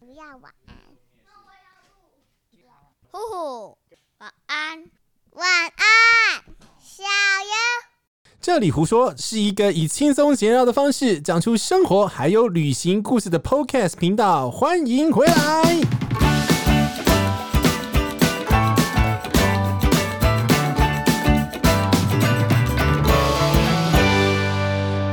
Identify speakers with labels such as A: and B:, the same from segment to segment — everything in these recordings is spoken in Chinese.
A: 大晚安。呼呼，晚安，晚安，小圆。
B: 这里胡说是一个以轻松闲聊的方式讲出生活还有旅行故事的 Podcast 频道，欢迎回来。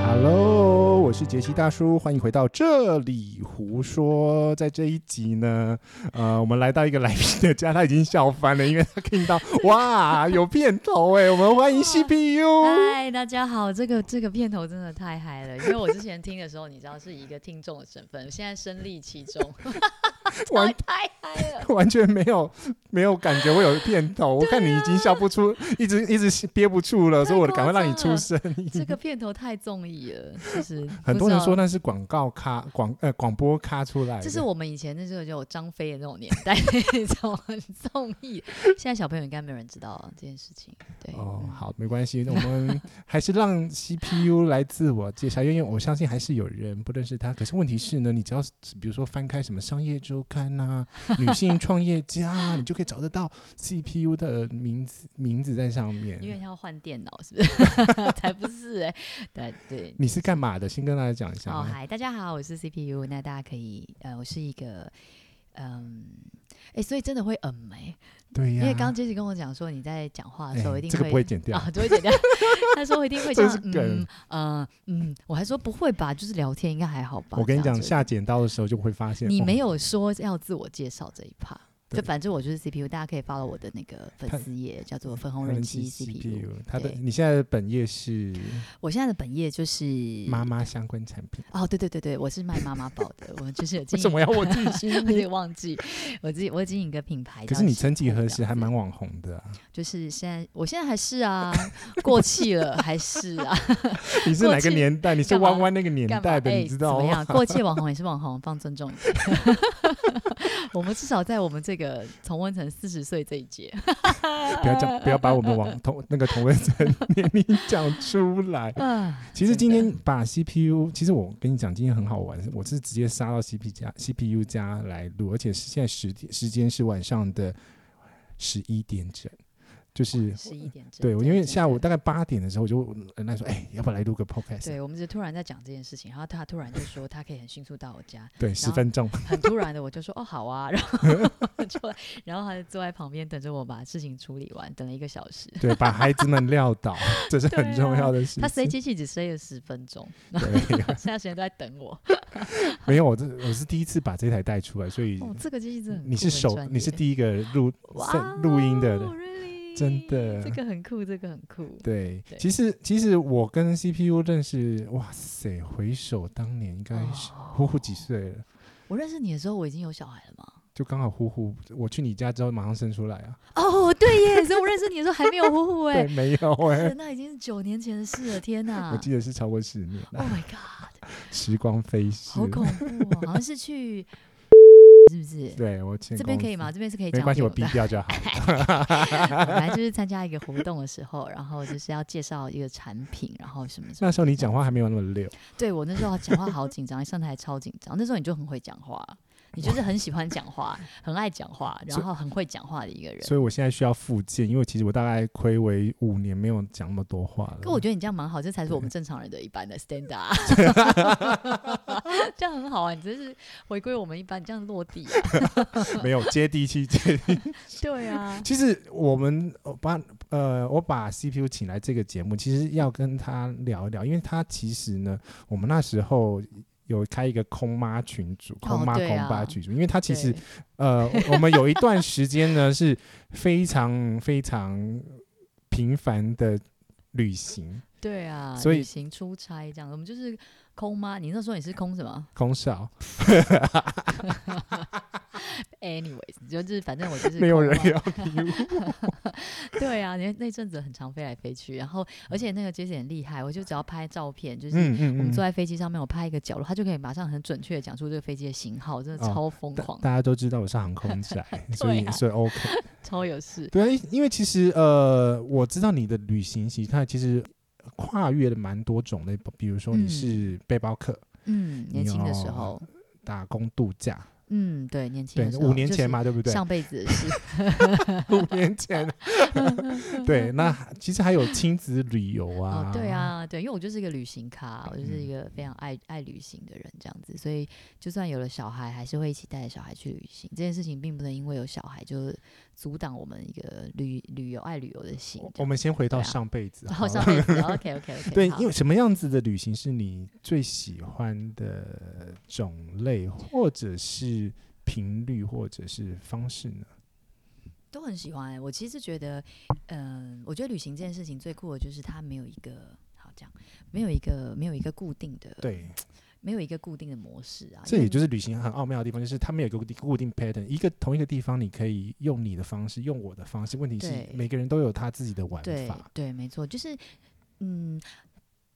C: Hello，我是杰西大叔，欢迎回到这里胡说。在这一集呢，呃，我们来到一个来宾的家，他已经笑翻了，因为他听到哇有片头哎，我们欢迎 CPU。
D: 嗨，大家好，这个这个片头真的太嗨了，因为我之前听的时候，你知道是一个听众的身份，现在身历其中，
C: 完
D: 太嗨了。
C: 完全没有没有感觉，我有片头，我看你已经笑不出，一直一直憋不住了，
D: 啊太
C: 所以我赶快让你
D: 夸张
C: 出
D: 了
C: 声。
D: 这个片头太综艺了，就是
C: 很多人说
D: 呢，
C: 那是广告咖广呃广播咖出来的，
D: 这是我们以前那时候就有张飞的那种年 代那种很综艺，现在小朋友应该没有人知道啊这件事情。对，
C: 哦
D: 嗯，
C: 好，没关系，那我 们还是让 CPU 来自我介绍，因为我相信还是有人不认识他。可是问题是呢，你只要是比如说翻开什么商业周刊呐、女性创业家啊，你就可以找得到 CPU 的名字名字在上
D: 因为
C: 面。
D: 要换电脑是不是？ 才不是哎、对对，
C: 你是干嘛的？先跟大家讲一下。啊
D: 哦，嗨，大家好，我是 CPU。那大家可以，呃，我是一个，嗯，哎、所以真的会嗯哎、
C: 对呀、
D: 因为刚刚 Jesse 跟我讲说你在讲话的时候
C: 哎
D: 一定
C: 这
D: 会、
C: 个不会剪掉
D: 啊，就会剪掉。 他说我一定会这
C: 这
D: 样
C: 是，
D: 嗯
C: 梗
D: 呃嗯，我还说不会吧，就是聊天应该还好吧。
C: 我跟你
D: 这样
C: 讲，
D: 子
C: 下剪刀的时候就会发现
D: 你没
C: 哦
D: 有说要自我介绍这一趴。
C: 对
D: 就反正我就是 CPU，大家可以 follow 我的那个粉
C: 他嗯
D: 丝页，叫做粉
C: 他
D: 红
C: 们
D: 人
C: 是
D: 妻 CPU。
C: CPU，他的
D: 对
C: 你现在的本业是
D: 我现在的本业就是
C: 妈妈相关产品，
D: 哦，对对对对，我是卖妈妈宝的，我就是有经
C: 为什
D: 营
C: 么要我 自己去
D: 我有点忘 记，我自己我经营一个品牌。
C: 可
D: 叫
C: 是你
D: 喜
C: 曾几
D: 活
C: 何
D: 这
C: 时
D: 样
C: 还
D: 子
C: 蛮网红的、 啊，
D: 就是现在，我现在还是啊， 过气了还是啊，
C: 你是哪
D: 过
C: 个
D: 去
C: 年代？你是
D: 干嘛
C: 弯弯那个 年
D: 干嘛？
C: 代
D: 哎，
C: 的，你知道
D: 怎么
C: 吗？
D: 样？过气网红也是网红，放尊重一点。 我们至少在我们这个同温层四十岁这一 届，
C: 不要讲，不要把我们往同那个同位层 年龄讲出来。
D: 啊，
C: 其实
D: 真
C: 今
D: 的
C: 天把 CPU，其实我跟你讲，今天很好玩，我是直接杀到 CP 家 CPU 家来录，而且是现在时间时间是晚上的十一点整，就是
D: 十一点整，
C: 对我因为下午
D: 真
C: 大概
D: 的
C: 八点的时候，我就人家说，哎，要不要来录个 podcast？
D: 对，我们只是突然在讲这件事情，然后他突然就说他可以很迅速到我家，
C: 对，十
D: 然后
C: 分钟。
D: 很突然的我就说哦好啊，然后 就然后他就坐在旁边等着我把事情处理完，等了一个小时，
C: 对， 把孩子们撂倒，这嗯是
D: 对
C: 很重
D: 啊
C: 要的事情。
D: 他塞机器只塞了十分钟，
C: 对，
D: 剩下时间都在等 我。
C: 没有，我这我是第一次把这台带出来，所以
D: 哦，这个机器真的很
C: 你
D: 酷
C: 是
D: 很
C: 首
D: 专
C: 你是
D: 业
C: 第一个录
D: 哇
C: 录音的
D: 哦，really？
C: 真的
D: 这个很酷，这个很酷。
C: 对
D: 对，
C: 其实其实我跟 CPU 认识，哇塞，回首当年应该
D: 哦
C: 是呼呼几岁了，
D: 我认识你的时候，我已经有小孩了吗？
C: 就刚好呼呼，我去你家之后马上生出来啊，
D: 哦，对耶，所以我认识你的时候还没有 呼呼
C: 对，
D: 哎，
C: 没有哎、
D: 是啊那已经是九年前的事了，天哪
C: 我记得是超过十年了，
D: ！Oh my god，
C: 时光飞逝
D: 好，恐怖哦，好像是去是不 是？
C: 对我前
D: 这边
C: 公
D: 可以
C: 司
D: 吗？？这边是可以
C: 没
D: 讲
C: 关系，我
D: 有
C: 逼
D: 的。
C: 掉就好。
D: 本来就是参加一个活动的时候，然后就是要介绍一个产品，然后什么什么。
C: 那时候你讲话还没有那么 溜，
D: 对我那时候讲话好紧张，一上台超紧张。那时候你就很会讲话，你就是很喜欢讲话，很爱讲话，
C: 所以
D: 然后很会讲话的一个人。
C: 所以我现在需要复健，因为其实我大概亏为五年没有讲那么多话了。
D: 可我觉得你这样蛮好，这才是我们正常人的一般的 stand up，这样很好啊！你真是回归我们一般，你这样落地 啊。
C: 没有接地气，接地气。
D: 对啊，
C: 其实我们我把呃，我把 CPU 请来这个节目，其实要跟他聊一聊，因为他其实呢，我们那时候。有开一个空妈群组，空妈、
D: 对
C: 空
D: 啊
C: 爸群组，因为他其实
D: 对
C: 呃，我我们有一段时间呢是非常非常频繁的旅行，
D: 对啊，
C: 所以
D: 旅行出差这样，我们就是空妈。你那时候你是空什么
C: 空少
D: ？anyways，你就是反正我就是
C: 没有
D: 空啊
C: 人
D: 妈
C: 要 理我，
D: 对啊，那那阵子很常飞来飞去，然后而且那个 Jason 很厉害，我就只要拍照片，就是
C: 嗯
D: 我们
C: 嗯
D: 坐
C: 嗯，
D: 在飞机上面，我拍一个角落，他就可以马上很准确的讲出这个飞机的型号，真的
C: 哦
D: 超疯
C: 大
D: 狂，
C: 大家都知道我是航空 仔，所以
D: 对啊
C: 所以 OK，
D: 超有事。
C: 对啊，因因为其实呃，我知道你的旅行形态其实跨越了蛮多种类，比如说你
D: 嗯
C: 是背包客、
D: 嗯，年轻的时
C: 有
D: 候，
C: 打工度假，
D: 嗯，对，年轻
C: 对
D: 的，时候
C: 五年前，嘛，对不
D: 就是
C: 对？
D: 上辈子 是
C: 五年 前，对，那其实还有亲子旅游啊
D: 哦，，对，啊，对，因为我就是一个旅行咖，我就是一
C: 嗯
D: 个非常爱爱旅行的人，这样子，所以就算有了小孩，还是会一起带着小孩去旅行。这件事情并不能因为有小孩就阻挡我们一个旅旅游爱旅游的心。这
C: 我
D: 样
C: 们先回到
D: 对啊
C: 上辈子
D: 然
C: 好
D: 后
C: 了，
D: 上辈子，OK OK OK，
C: 对，因为什么样子的旅行是你最喜欢的种类，或者是频率，或者是方式呢？
D: 都很喜欢、欸。我其实觉得，嗯、我觉得旅行这件事情最酷的就是它没有一个好讲，没有一个没有一个固定的，，
C: 对，
D: 没有一个固定的模式啊。
C: 这
D: 因
C: 也
D: 为
C: 就是旅行很奥妙的地方，就是他们有一个固定固定 pattern，一个同一个地方，你可以用你的方式，用我的方式。问题是
D: 对
C: 每个人都有他自己的玩
D: 对
C: 法，
D: 对，没错，就是嗯。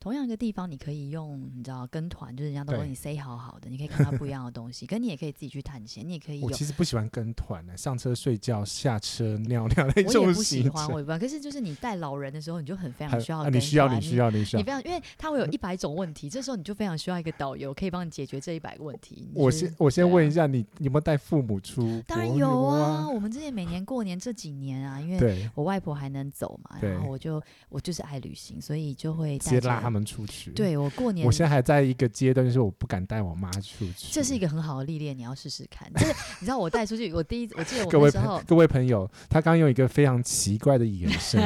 D: 同样一个地方，你可以用你知道跟团，就是人家都
C: 对
D: 跟你 say 好好的，你可以看到不一样的东西，可你也可以自己去探险，你也可以有
C: 我其实不喜欢跟团的、上车睡觉、下车尿尿那
D: 我也
C: 种
D: 不喜
C: 行
D: 欢，
C: 程。
D: 我也不喜欢。可是就是你带老人的时候，你就很非
C: 还
D: 常需要、
C: 啊，你需要，你需，要，你需
D: 你
C: 要
D: 非。常，因为他会有一百种问题，这时候你就非常需要一个导游可以帮你解决这一百个问题。你
C: 我
D: 就是
C: 先我先
D: 对啊
C: 问一下，你你有没有带父母出？
D: 当然有啊，，我们之前每年过年这几年啊，因为
C: 对，
D: 我外婆还能走嘛，
C: 对
D: 然后我就我就是爱旅行，所以就会
C: 直接
D: 带
C: 拉
D: 着
C: 他。们出去。，
D: 对我过年
C: 我现在还在一个阶段，就是我不敢带我妈出去。
D: 这是一个很好的历练，你要试试看。就是你知道我带出去，我第一我记得
C: 各
D: 我
C: 位
D: 那时
C: 朋
D: 候
C: 友各位朋友，他刚刚用一个非常奇怪的眼 神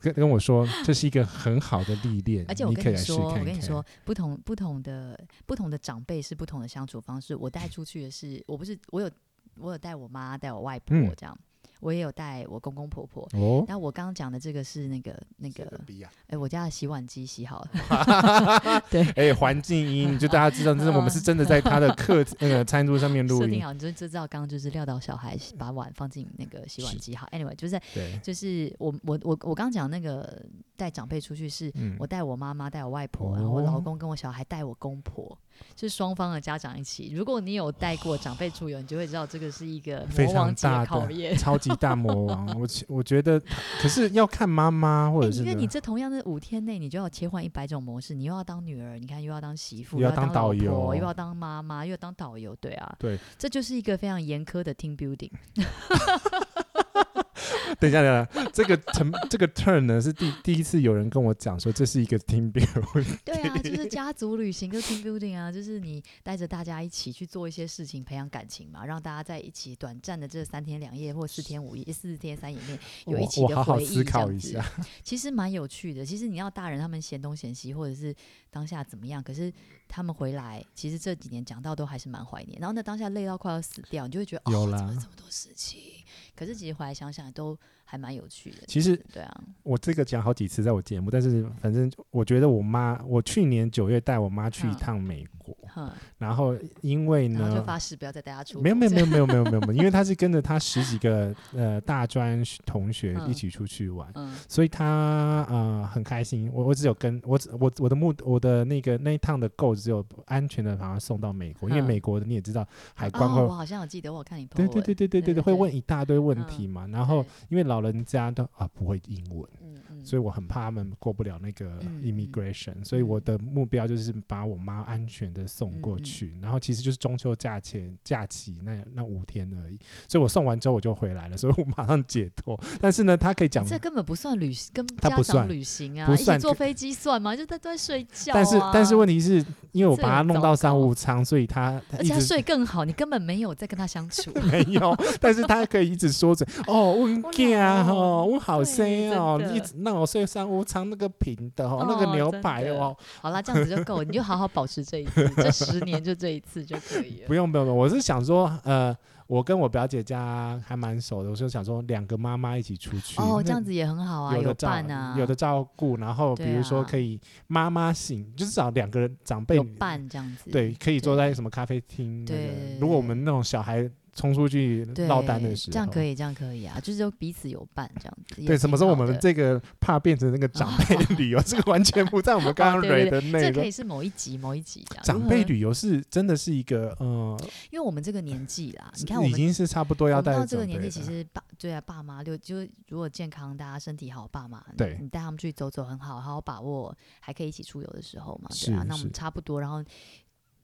C: 跟跟我说，这是一个很好的历练，
D: 而且我
C: 你可以
D: 跟你
C: 来试
D: 说，
C: 看看。
D: 我跟你说，，不同不同的不同的长辈是不同的相处方式。我带出去的是，我不是我有我有带我妈带我外婆
C: 嗯
D: 这样，我也有带我公公婆婆。
C: 哦，
D: 那我刚刚讲的这个是那个那个， 哎、我家的洗碗机洗好了，
C: 哎，环境音，就大家知道，这是我们是真的在他的 课那个餐桌上面录
D: 设定
C: 音。
D: 好，你就就知道刚刚就是撂倒小孩把碗放进那个洗碗
C: 是
D: 机。好，anyway，就是
C: 对，
D: 就是我我我我刚讲那个带长辈出去是
C: 嗯
D: 我带我妈妈、带我外婆，然后我
C: 哦
D: 老公跟我小孩带我公婆，就是双方的家长一起。如果你有带过长辈出游，你就会知道这个是一个
C: 非
D: 魔王
C: 常
D: 级
C: 大
D: 考
C: 的
D: 验。
C: 超级大魔王，我我觉得，可是要看妈妈 或
D: 哎
C: 者是
D: 因为
C: 呢
D: 你这同样的五天内，你就要切换一百种模式，你又要当女儿，你看又要当媳妇，
C: 又
D: 又
C: 要
D: 当
C: 当导
D: 老婆
C: 游
D: 又要当妈妈，又要当导游，对啊，
C: 对，
D: 这就是一个非常严苛的 team building。
C: 等一下，等一下，这个成这个 turn 呢是第第一次有人跟我讲说这是一个 team build，
D: 对 啊，就是家族旅行，就是 team building 啊，就是你带着大家一起去做一些事情，培养感情嘛，让大家在一起短暂的这三天两夜或四天五夜、四天三夜里面有一
C: 我
D: 起
C: 我
D: 的
C: 好好
D: 回忆
C: 思考一
D: 这样子
C: 下，
D: 其实蛮有趣的。其实你要大人他们嫌东嫌西，或者是当下怎么样，可是他们回来，其实这几年讲到都还是蛮怀念。然后呢，当下累到快要死掉，你就会觉得
C: 有
D: 哦，
C: 啦
D: 怎么这么多事情？可是其实回来想想都还蛮有趣的。
C: 其实
D: 对啊，
C: 我这个讲好几次在我节目，但是反正我觉得我妈，我去年九月带我妈去一
D: 嗯
C: 趟美国，
D: 哼，
C: 然后因为
D: 然后就
C: 呢。
D: 发誓不要再带他出国。
C: 嗯没有没有没有没有没有没有没有，因为她是跟着她十几个呃大专同学
D: 嗯
C: 一起出去玩，
D: 嗯
C: 所以她呃很开心。我我只有跟我只我我的目我的那个那一趟的购只有安全的把她送到美国，因为
D: 嗯
C: 美国的你也知道海关会
D: 哦，我好像有记得，我有看你 po
C: 对
D: 文。
C: 对对对对对对，
D: 对对
C: 会
D: 对
C: 问一大堆问
D: 嗯
C: 题嘛。然后
D: 对
C: 因为老人家都啊不会英文，
D: 嗯嗯，
C: 所以我很怕他们过不了那个
D: 嗯嗯
C: immigration，、所以我的目标就是把我妈安全的送过去。
D: 嗯
C: 然后其实就是中秋假前假期那那五天而已，所以我送完之后我就回来了，所以我马上解脱。但是呢，他可以讲。
D: 这根本不算旅行，跟
C: 它
D: 家
C: 不
D: 长
C: 算
D: 旅行啊，
C: 不
D: 一起
C: 算
D: 坐
C: 跟
D: 飞机算吗？就在都在睡觉、啊。
C: 但是但是问
D: 题，
C: 题是，因为我
D: 这
C: 把他
D: 很
C: 弄
D: 糟
C: 到商
D: 糕
C: 务舱，所以他他
D: 而
C: 一
D: 且他
C: 直
D: 睡更好，你根本没有在跟他相 处。
C: 没 有，但是他可以一直说着哦，我很
D: 我
C: 惊啊，
D: 老
C: 吼，我好
D: 对
C: 生哦
D: 真，的
C: 一直让我睡三无常那个平的哦，那个
D: 哦
C: 牛
D: 真
C: 排
D: 的
C: 哦，
D: 好啦，这样子就够了，你就好好保持这一次，这十年就这一次就可以了。
C: 不用不用，不用我是想说，呃，我跟我表姐家还蛮熟的，我就想说两个妈妈一起出去
D: 哦，
C: 那
D: 这样子也很好啊，
C: 有的照
D: 伴啊，
C: 有的照顾，然后比
D: 对
C: 如说
D: 啊
C: 可以妈妈醒，就是找两个人长辈
D: 有伴这样子。
C: 对，可以坐
D: 对
C: 在什么咖啡厅那
D: 对
C: 个
D: 对，
C: 如果我
D: 对
C: 们那种小孩冲出去
D: 对，
C: 落单的时候，
D: 这样可以，这样可以啊，就是说彼此有伴这样子。也
C: 对，什么
D: 挺
C: 时候我
D: 好
C: 们
D: 的
C: 这个怕变成那个长辈旅游， 这个完全不在我们刚刚
D: 哦对
C: 蕊
D: 对
C: 的内
D: 这可
C: 容
D: 以。是某一集某一集这样。
C: 长
D: 如
C: 辈
D: 何，
C: 旅游是真的是一个，呃，
D: 因为我们这个年纪啦，你看我
C: 已
D: 们
C: 经是差不多要
D: 我
C: 带
D: 们
C: 着
D: 到这个
C: 长
D: 年
C: 辈
D: 纪，
C: 了
D: 其实爸对啊，爸妈就就是如果健康，大家身体好，爸妈
C: 对
D: 你带他们去走走很好，好好把握，还可以一起出游的时候嘛，
C: 是
D: 对啊，那我
C: 是
D: 们差不多，然后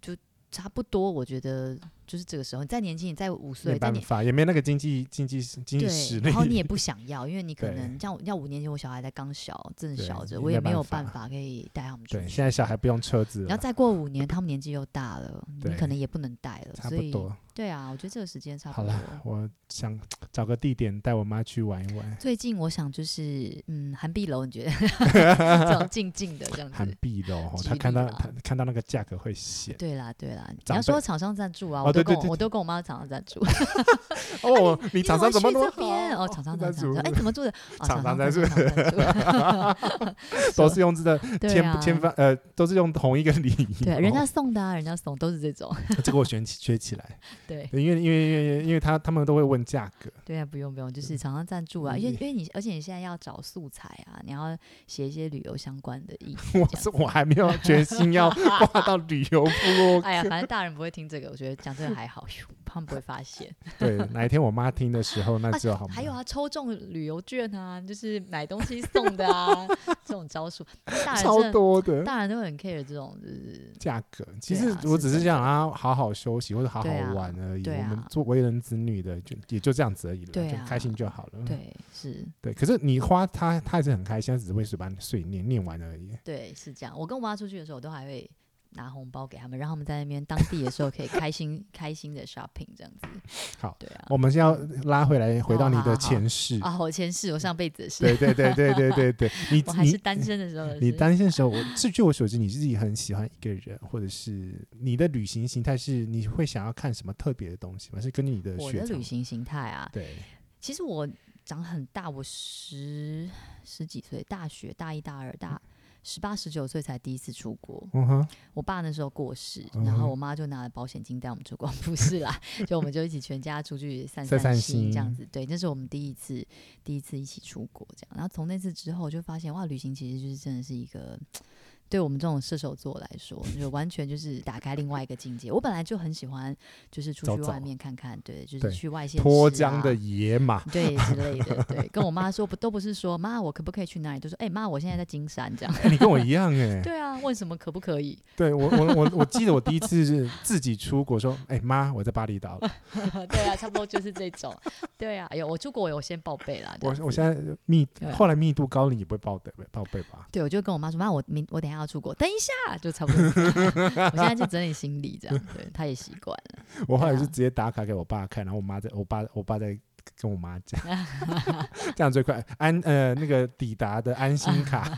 D: 就差不多，我觉得就是这个时候，你再年轻，你再五岁，
C: 没
D: 再
C: 办
D: 年
C: 法，也没那个经济经济经济实
D: 对，
C: 力。
D: 然后你也不想要，因为你可
C: 对
D: 能像我像五年前我小孩才刚小，正
C: 对
D: 小着，
C: 你
D: 我
C: 没
D: 也没有
C: 办
D: 办
C: 法
D: 法可以带他们出
C: 对，
D: 去。
C: 现在小孩不用车子
D: 然
C: 了
D: 后，再过五年，他们年纪又大了，你
C: 对
D: 可能也不能带了，
C: 差
D: 所
C: 不
D: 以
C: 多。
D: 对啊，我觉得这个时间差
C: 好
D: 不多。
C: 了，我想找个地点带我妈去玩一玩，
D: 最近我想就是，嗯，韩碧楼，你觉得 这种静静的这样
C: 韩
D: 子？
C: 碧楼哦，
D: 距
C: 她看
D: 离
C: 到
D: 啦
C: 她看到那个价格会 写
D: 对啦，对啦，你
C: 长
D: 要
C: 辈
D: 说厂商赞助啊，
C: 哦
D: 我都
C: 对对
D: 跟我
C: 对
D: 我都跟我妈厂商赞助。
C: 哦，你
D: 哎你
C: 厂商怎么
D: 去
C: 那么
D: 这边？
C: 好
D: 哦，厂商
C: 在
D: 赞助，
C: 组
D: 哎，怎么做的？哦
C: 厂商
D: 商
C: 赞
D: 助，厂商赞助
C: 都是用这个
D: 对
C: 千
D: 啊
C: 千哦方呃，都是用同一个理由。
D: 对，人家送的啊，人家送都是这种。
C: 这个我选起学起来，
D: 对
C: 因为因为因为因为他他们都会问价格，
D: 对啊，不用不用，就是厂商赞
C: 嗯
D: 助啊，因为因为你而且你现在要找素材啊，你要写一些旅游相关的 意见。
C: 我
D: 这样
C: 是我还没有决心 要挂到旅游部哦落
D: 哎呀，
C: 客。
D: 反正大人不会听这个，我觉得讲这个还好，他们不会发现。
C: 对，哪一天我妈听的时候，那
D: 啊
C: 就好。
D: 还有，啊，抽中旅游券啊，就是买东西送的 啊，这种招数，大人
C: 超
D: 真的
C: 多的
D: 大人都很 care 这种，就是
C: 价格。其
D: 对
C: 实
D: 啊
C: 我
D: 是
C: 只是
D: 真
C: 想让她好好休息或者好好
D: 对啊
C: 玩而已。
D: 对
C: 我们
D: 啊
C: 做为人子女的，就也就这样子而已了，
D: 对
C: 就
D: 啊
C: 开心就好了。
D: 对，是，
C: 对，可是你花她，她还是很开心，她只是会嘴巴碎念念完而已。
D: 对，是这样。我跟我妈出去的时候，我都还会拿红包给他们，让他们在那边当地的时候可以开心 开心的 shopping 这样子。
C: 好
D: 对啊，
C: 我们是要拉回来，回到你
D: 哦好
C: 的
D: 好
C: 前世。
D: 啊，我前世，我上辈子的 事，
C: 对对对对对对对，你
D: 我还
C: 你
D: 是单身的时候的
C: 你
D: 事
C: 单身的时候，我是据我所知，你自己很喜欢一个人，或者是你的旅行形态是你会想要看什么特别的东西吗？是跟你的
D: 我
C: 学
D: 的
C: 长
D: 旅行形态啊，
C: 对
D: 其实我长很大，我十十几岁，大学大一大二大。十八十九岁才第一次出国，
C: 嗯哼
D: 我爸那时候过世，
C: 嗯
D: 然后
C: 哼
D: 我妈就拿了保险金带我们出国， 不是啦，就我们就一起全家出去散
C: 散散
D: 心这样
C: 心
D: 子。对，那是我们第一次第一次一起出国这样。然后从那次之后就发现，哇，旅行其实就是真的是一个。对我们这种射手座来说，就完全就是打开另外一个境界。我本来就很喜欢，就是出
C: 走
D: 去
C: 走
D: 外面看看，对，就
C: 对
D: 是去外县
C: 脱
D: 市啊
C: 缰的野马，
D: 对之类的，对，跟我妈说不都不是说妈我可不可以去哪里，就说哎、妈我现在在金山这样，
C: 哎你跟我一样哎、
D: 对啊，问什么可不可以？
C: 对我我我我记得我第一次是自己出国说，哎、妈，我在巴厘岛了，
D: 对啊，差不多就是这种，对啊，哎呦我出国我先报备啦，这
C: 我
D: 样
C: 我
D: 子
C: 现在密
D: 对，啊
C: 后来密度高了，你不会报的报备吧？
D: 对我就跟我妈说妈我明我等一下要出国，等一下就差不多是这样， 我现在就整理行李这样，对，她也习惯了，
C: 我后来
D: 对啊
C: 就直接打卡给我爸看，然后我妈在我爸我爸在跟我妈 讲，这样最快安呃那个抵达的安心 卡，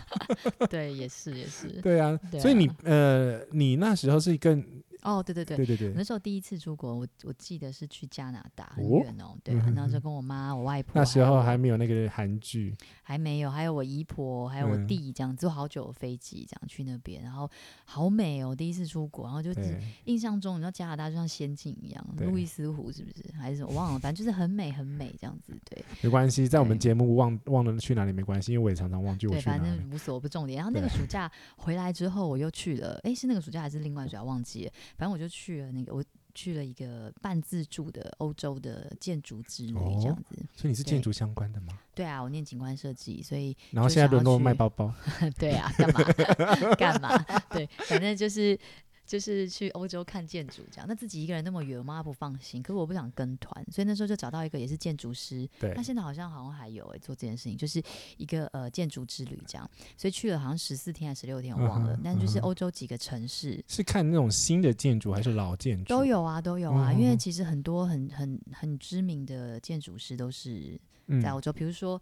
D: 对，也是也是，
C: 对啊，
D: 对
C: 所以
D: 啊
C: 你呃你那时候是更
D: 哦对对对，
C: 对对对，
D: 那时候第一次出国，我我记得是去加拿大，很
C: 哦
D: 远哦，对啊，那时候跟我妈、我外婆，
C: 那时候
D: 还有我
C: 还没有那个韩剧，
D: 还没有，还有我姨婆，还有我
C: 嗯
D: 弟，这样坐好久的飞机，这样去那边，然后好美哦，第一次出国，然后就只
C: 对
D: 印象中，你知道加拿大就像仙境一样，
C: 对
D: 路易斯湖是不是还是什么？我忘了，反正就是很美很美这样子， 对
C: 没关系，在我们
D: 对
C: 节目忘忘了去哪里没关系，因为我也常常忘记我
D: 对，
C: 去哪
D: 反
C: 里。
D: 正无所不重点。然后那个暑假回来之后，我又去了，诶，是那个暑假还是另外暑假忘记了，反正我就去了那个我。去了一个半自助的欧洲的建筑之旅，
C: 哦
D: 这样子。
C: 所以你是
D: 对
C: 建筑相关的吗？
D: 对啊，我念景观设计，所以
C: 然后
D: 就
C: 现在
D: 想要
C: 轮到我卖
D: 去
C: 包包，
D: 对 啊，干嘛 干嘛？对，反正就是就是去欧洲看建筑这样。那自己一个人那么远，我妈不放心，可是我不想跟团，所以那时候就找到一个也是建筑师。
C: 对
D: 那，现在好像好像还有哎、做这件事情，就是一个呃建筑之旅这样。所以去了好像十四天还是十六天，我忘了
C: 嗯。哼
D: 但就是
C: 嗯哼
D: 欧洲几个城市。
C: 是看那种新的建筑还是老建筑？
D: 都有啊，都有啊，
C: 嗯
D: 因
C: 哼
D: 为
C: 哼
D: 其实很多很很很知名的建筑师都是
C: 嗯，
D: 在欧洲，比如说，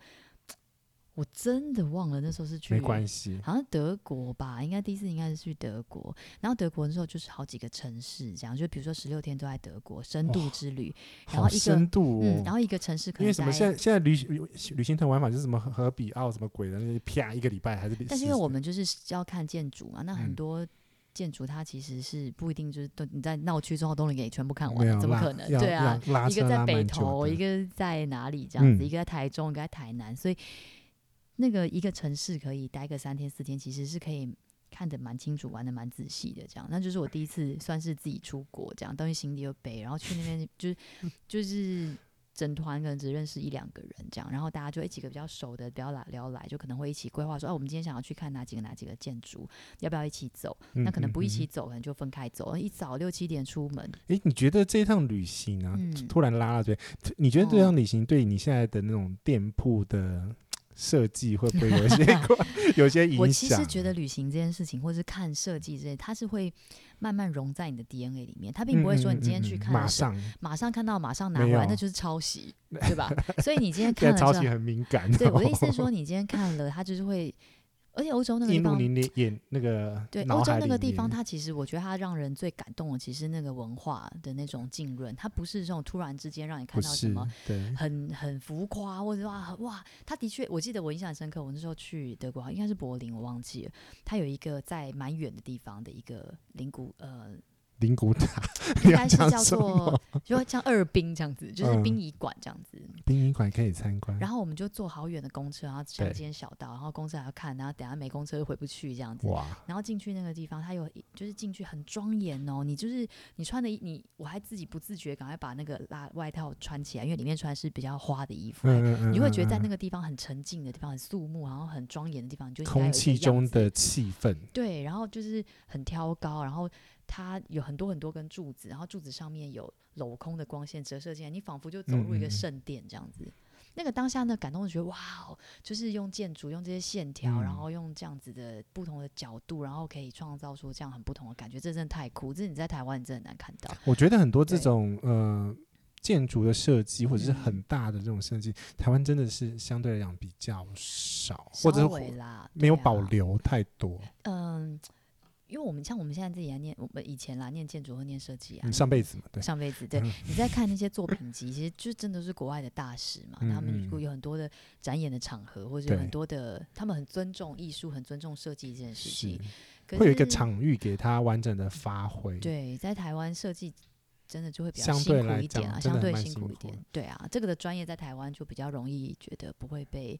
D: 我真的忘了那时候是去
C: 没关系，
D: 好像德国吧，应该第一次应该是去德国。然后德国那时候就是好几个城市，这样就比如说十六天都在德国深度之旅，然
C: 好
D: 后一个
C: 深度哦。
D: 嗯，然后一个城市
C: 因
D: 可能
C: 为什么？现
D: 待。
C: 在现在旅行旅旅行团玩法就是什么荷比奥什么鬼的，那就啪一个礼拜还是。
D: 但是因为我们就是要看建筑嘛，那很
C: 嗯
D: 多建筑它其实是不一定就是都你在闹区中后都能给全部看
C: 没有
D: 完，怎么
C: 拉
D: 可能？
C: 要
D: 对啊，，
C: 要拉
D: 一个
C: 车
D: 在
C: 拉
D: 北
C: 蛮久
D: 投，
C: 的
D: 一个在哪里这样子，
C: 嗯
D: 一个在台中，一个在台南，所以那个一个城市可以待个三天四天，其实是可以看得蛮清楚、玩得蛮仔细的这样。那就是我第一次算是自己出国这样，东西行李又背，然后去那边就是就是。整团可能只认识一两个人这样，然后大家就会几个比较熟的，比较来聊来，就可能会一起规划说，哦，我们今天想要去看哪几个哪几个建筑，要不要一起走？
C: 嗯
D: 那可能不一起走，可能就分开走，一早六七点出门，
C: 哎、诶你觉得这一趟旅行啊，
D: 嗯
C: 突然拉到这边，你觉得这
D: 哦
C: 趟旅行对你现在的那种店铺的设计会不会有一 些关有一些影响？嗯
D: 我其实觉得旅行这件事情，或是看设计这些，它是会慢慢融在你的 DNA 里面，它并不会说你今天
C: 嗯
D: 去
C: 嗯嗯
D: 看了
C: 马
D: 什么
C: 上
D: 马上看到马上拿
C: 没
D: 回来，
C: 有
D: 那就是 抄袭，对吧？所以你今天
C: 现
D: 看
C: 在
D: 了
C: 抄
D: 之
C: 袭
D: 后，
C: 很敏感、哦。
D: 对我的意思是说，，你今天看了，它就是会，而且欧洲那个地
C: 映入
D: 方。
C: 你眼眼那个
D: 对
C: 脑
D: 欧洲
C: 海
D: 那个
C: 里
D: 地方，
C: 面
D: 它其实我觉得它让人最感动的，其实那个文化的那种浸润，它不是这种突然之间让你
C: 不
D: 看到什
C: 是
D: 么
C: 对，
D: 很很浮夸，或者哇很哇，他的确，我记得我印象很深刻。我那时候去德国，应该是柏林，我忘记了。他有一个在蛮远的地方的一个灵谷， 呃，
C: 灵骨塔
D: 应
C: 要
D: 该是
C: 讲
D: 叫
C: 什
D: 做就像二冰这样子，就是
C: 嗯
D: 殡仪馆这样子。
C: 殡仪馆可以参观。
D: 然后我们就坐好远的公车，然后乡
C: 对
D: 间小道，然后公车还要看，然后等下没公车又回不去这样子。
C: 哇，
D: 然后进去那个地方，它有一就是进去很庄严哦，你就是你穿的衣你，我还自己不自觉赶快把那个拉外套穿起来，因为里面穿的是比较花的衣服。
C: 嗯嗯，
D: 你会觉得在那
C: 个
D: 个地方很沉静的地方、很肃穆，然后很庄严的地方，你就应该有一
C: 空
D: 个
C: 气
D: 样
C: 中
D: 子
C: 的气氛，
D: 对，然后就是很挑高，然后它有很多很多根柱子，然后柱子上面有镂空的光线折射进来，你仿佛就走入一
C: 嗯嗯
D: 个
C: 嗯
D: 圣殿这样子。那个当下呢，感动的觉得哇哦，就是用建筑、用这些线条，
C: 嗯
D: 然后用这样子的不同的角度，然后可以创造出这样很不同的感觉，这真的太酷！这你在台湾你真的很难看到。
C: 我觉得很多这
D: 对
C: 种呃建筑的设计，或者是很
D: 嗯
C: 大的这种设计，台湾真的是相对来讲比较少，或
D: 稍
C: 者
D: 微
C: 是
D: 啦，
C: 没有
D: 对啊
C: 保留太多。
D: 嗯，因为我们像我们现在自己在念，我们以前啦念建筑和念设计啊，
C: 嗯，上辈子嘛，对，
D: 上辈子对
C: 嗯，
D: 你在看那些作品集，其实就真的是国外的大师嘛，
C: 嗯
D: 他们
C: 嗯
D: 如果有很多的展演的场合，或者有
C: 对
D: 很多的，他们很尊重艺术，很尊重设计这件事
C: 是
D: 情，可
C: 会有一个
D: 是
C: 场域给他完整的发挥。，
D: 对，在台湾设计真的就会比较
C: 嗯相
D: 辛
C: 对
D: 苦
C: 来
D: 一点
C: 讲
D: 啊，
C: 真
D: 相
C: 的
D: 对
C: 蛮
D: 辛
C: 辛
D: 苦一
C: 苦
D: 点。对啊，这个的专业在台湾就比较容易觉得不会被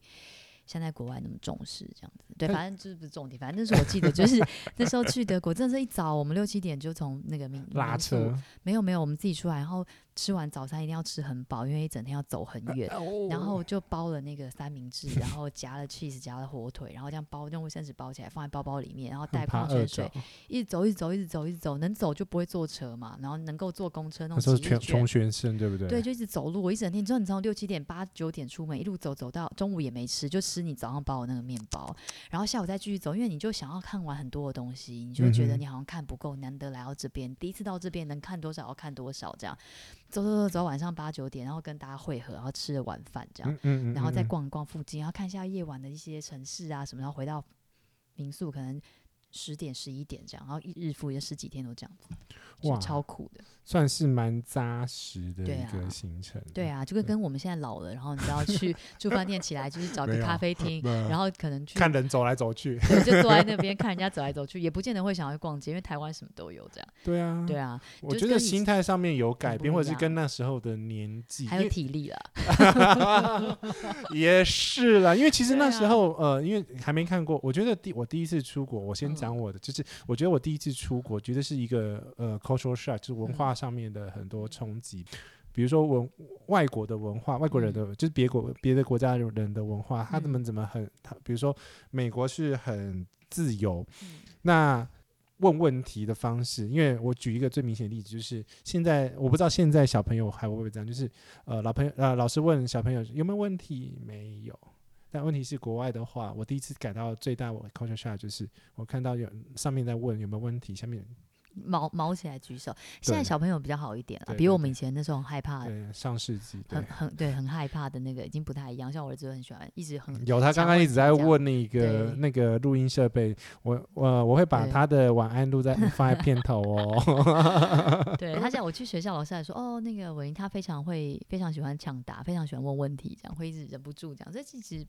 D: 像在国外那么重视这样子。对，
C: 但
D: 反正就是不是重点，反正那时候我记得就是 那时候去德国，真的是一早我们六七点就从那个民
C: 拉
D: 民宿
C: 车，
D: 没有没有，我们自己出来，然后吃完早餐一定要吃很饱，因为一整天要走很 远。然后就包了那个三明治，然后夹了 cheese，夹了火腿，然后这样包用卫生纸包起来，放在包包里面，然后带
C: 很怕
D: 矿
C: 饿
D: 泉水
C: 着。，
D: 一直走，一直走，一直走，一直走，能走就不会坐车嘛，然后能够坐公车那
C: 那
D: 种
C: 时候
D: 几日
C: 全穷
D: 券。
C: 学生，对不对？
D: 对，，就一直走路，我一整天，你知道，你知道六七点、八九点出门，一路走走到中午也没吃，就吃你早上包的那个面包，然后下午再继续走，因为你就想要看完很多的东西，你就会觉
C: 嗯
D: 得
C: 哼
D: 你好像看不够，难得来到这边，第一次到这边能看多少要看多少这样，走走走走到晚上八九点，然后跟大家会合，然后吃了晚饭这样，
C: 嗯嗯嗯，
D: 然后再
C: 嗯
D: 逛一逛附近，然后看一下夜晚的一些城市啊什么，然后回到民宿可能十点十一点这样，然后一日复一日十几天都这样子，
C: 哇
D: 就超酷的。
C: 算是蛮扎实的
D: 对
C: 一个
D: 啊
C: 行程。
D: 对，啊，
C: 嗯
D: 就跟跟我们现在老了，然后你知 道去住饭店起来就是找
C: 没
D: 个
C: 有
D: 咖 啡厅，啊然后可能
C: 啊
D: 去
C: 看人走来走去。
D: 对就坐在那边看人家走来走去，也不见得会想要去逛街，因为台湾什么都有这样。
C: 对啊，
D: 对啊，
C: 我
D: 就
C: 觉
D: 跟
C: 得
D: 你
C: 心态上面有改
D: 很不
C: 变，或
D: 一
C: 者是
D: 样
C: 跟那时候的年纪，
D: 还
C: 因
D: 有
C: 为
D: 体力啦，
C: 也是啦，因为其实
D: 对
C: 那
D: 啊
C: 时候、呃，因为还没看过，我觉得第我第一次出国，我先
D: 嗯
C: 讲我的，就是我觉得我第一次出国，觉得是一个呃 cultural shock，就是文化上面的很多冲击。比如说文外国的文化，外国人的、就是别国别的国家人的文化，他
D: 嗯
C: 们怎么很，他比如说美国是很自由，
D: 嗯
C: 那问问题的方式，因为我举一个最明显的例子，就是现在我不知道现在小朋友还会不会这样，就是呃老朋友呃老师问小朋友有没有问题，没有。但问题是国外的话，我第一次感到最大我 culture shock 就是我看到有上面在问有没有问题，下面
D: 毛毛起来举手。现在
C: 对
D: 小朋友比较好一点了
C: 对，
D: 比
C: 对
D: 我们
C: 对
D: 以前那时候很害怕
C: 呃上世纪对
D: 啊很。很对很害怕的那个已经不太一样。像我儿子就很喜欢，一直很
C: 有，他刚刚一直在
D: 问
C: 问那个
D: 对
C: 那个录音设备，我呃我我会把
D: 对
C: 他的晚安录 在放在片头哦。
D: 对他像我去学校，老师还说哦，那个伟英他非常会，非常喜欢抢答，非常喜欢问问题，这样会一直忍不住这样，这其实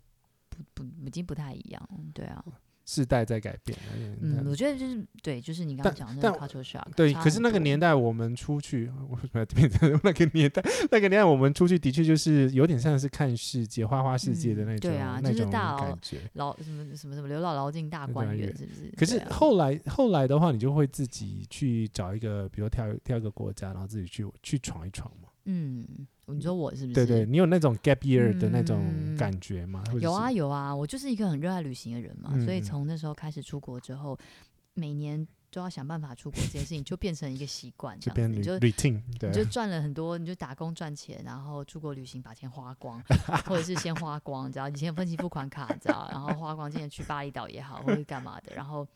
D: 不不已经不太一样了，对啊，
C: 世代在改变，啊
D: 嗯，我觉得就是对，就是你刚刚
C: 但
D: 讲的那个
C: 但
D: culture shock，
C: 对，
D: 差
C: 可是
D: 很
C: 那个
D: 多
C: 年代我们出去，我为什么要变成那个年代？那个年代我们出去的确就是有点像是看世界、花花世界的
D: 嗯
C: 那种，
D: 对啊
C: 那
D: 就是
C: 种
D: 大佬
C: 感觉。
D: 老什么什么什么留到牢进大
C: 对
D: 观
C: 啊
D: 园
C: 也，
D: 是不是？
C: 可
D: 对
C: 是
D: 啊
C: 后来后来的话，你就会自己去找一个，比如跳跳一个国家，然后自己去去闯一闯嘛。
D: 嗯，你说我是不是？
C: 对对，你有那种 gap year 的那种
D: 嗯
C: 感觉吗？或者
D: 有
C: 是
D: 啊，有啊，我就是一个很热爱旅行的人嘛，所以
C: 嗯
D: 从那时候开始出国之后，每年都要想办法出国这件事情，就变成一个习惯，这
C: 这边
D: 样啊子你就
C: routine 对
D: 你就赚了很多，你就打工赚钱，然后出国旅行把钱花光，或者是先花光，你知道以前分期付款卡，你知道，然后花光，今年去巴厘岛也好，或者干嘛的，然后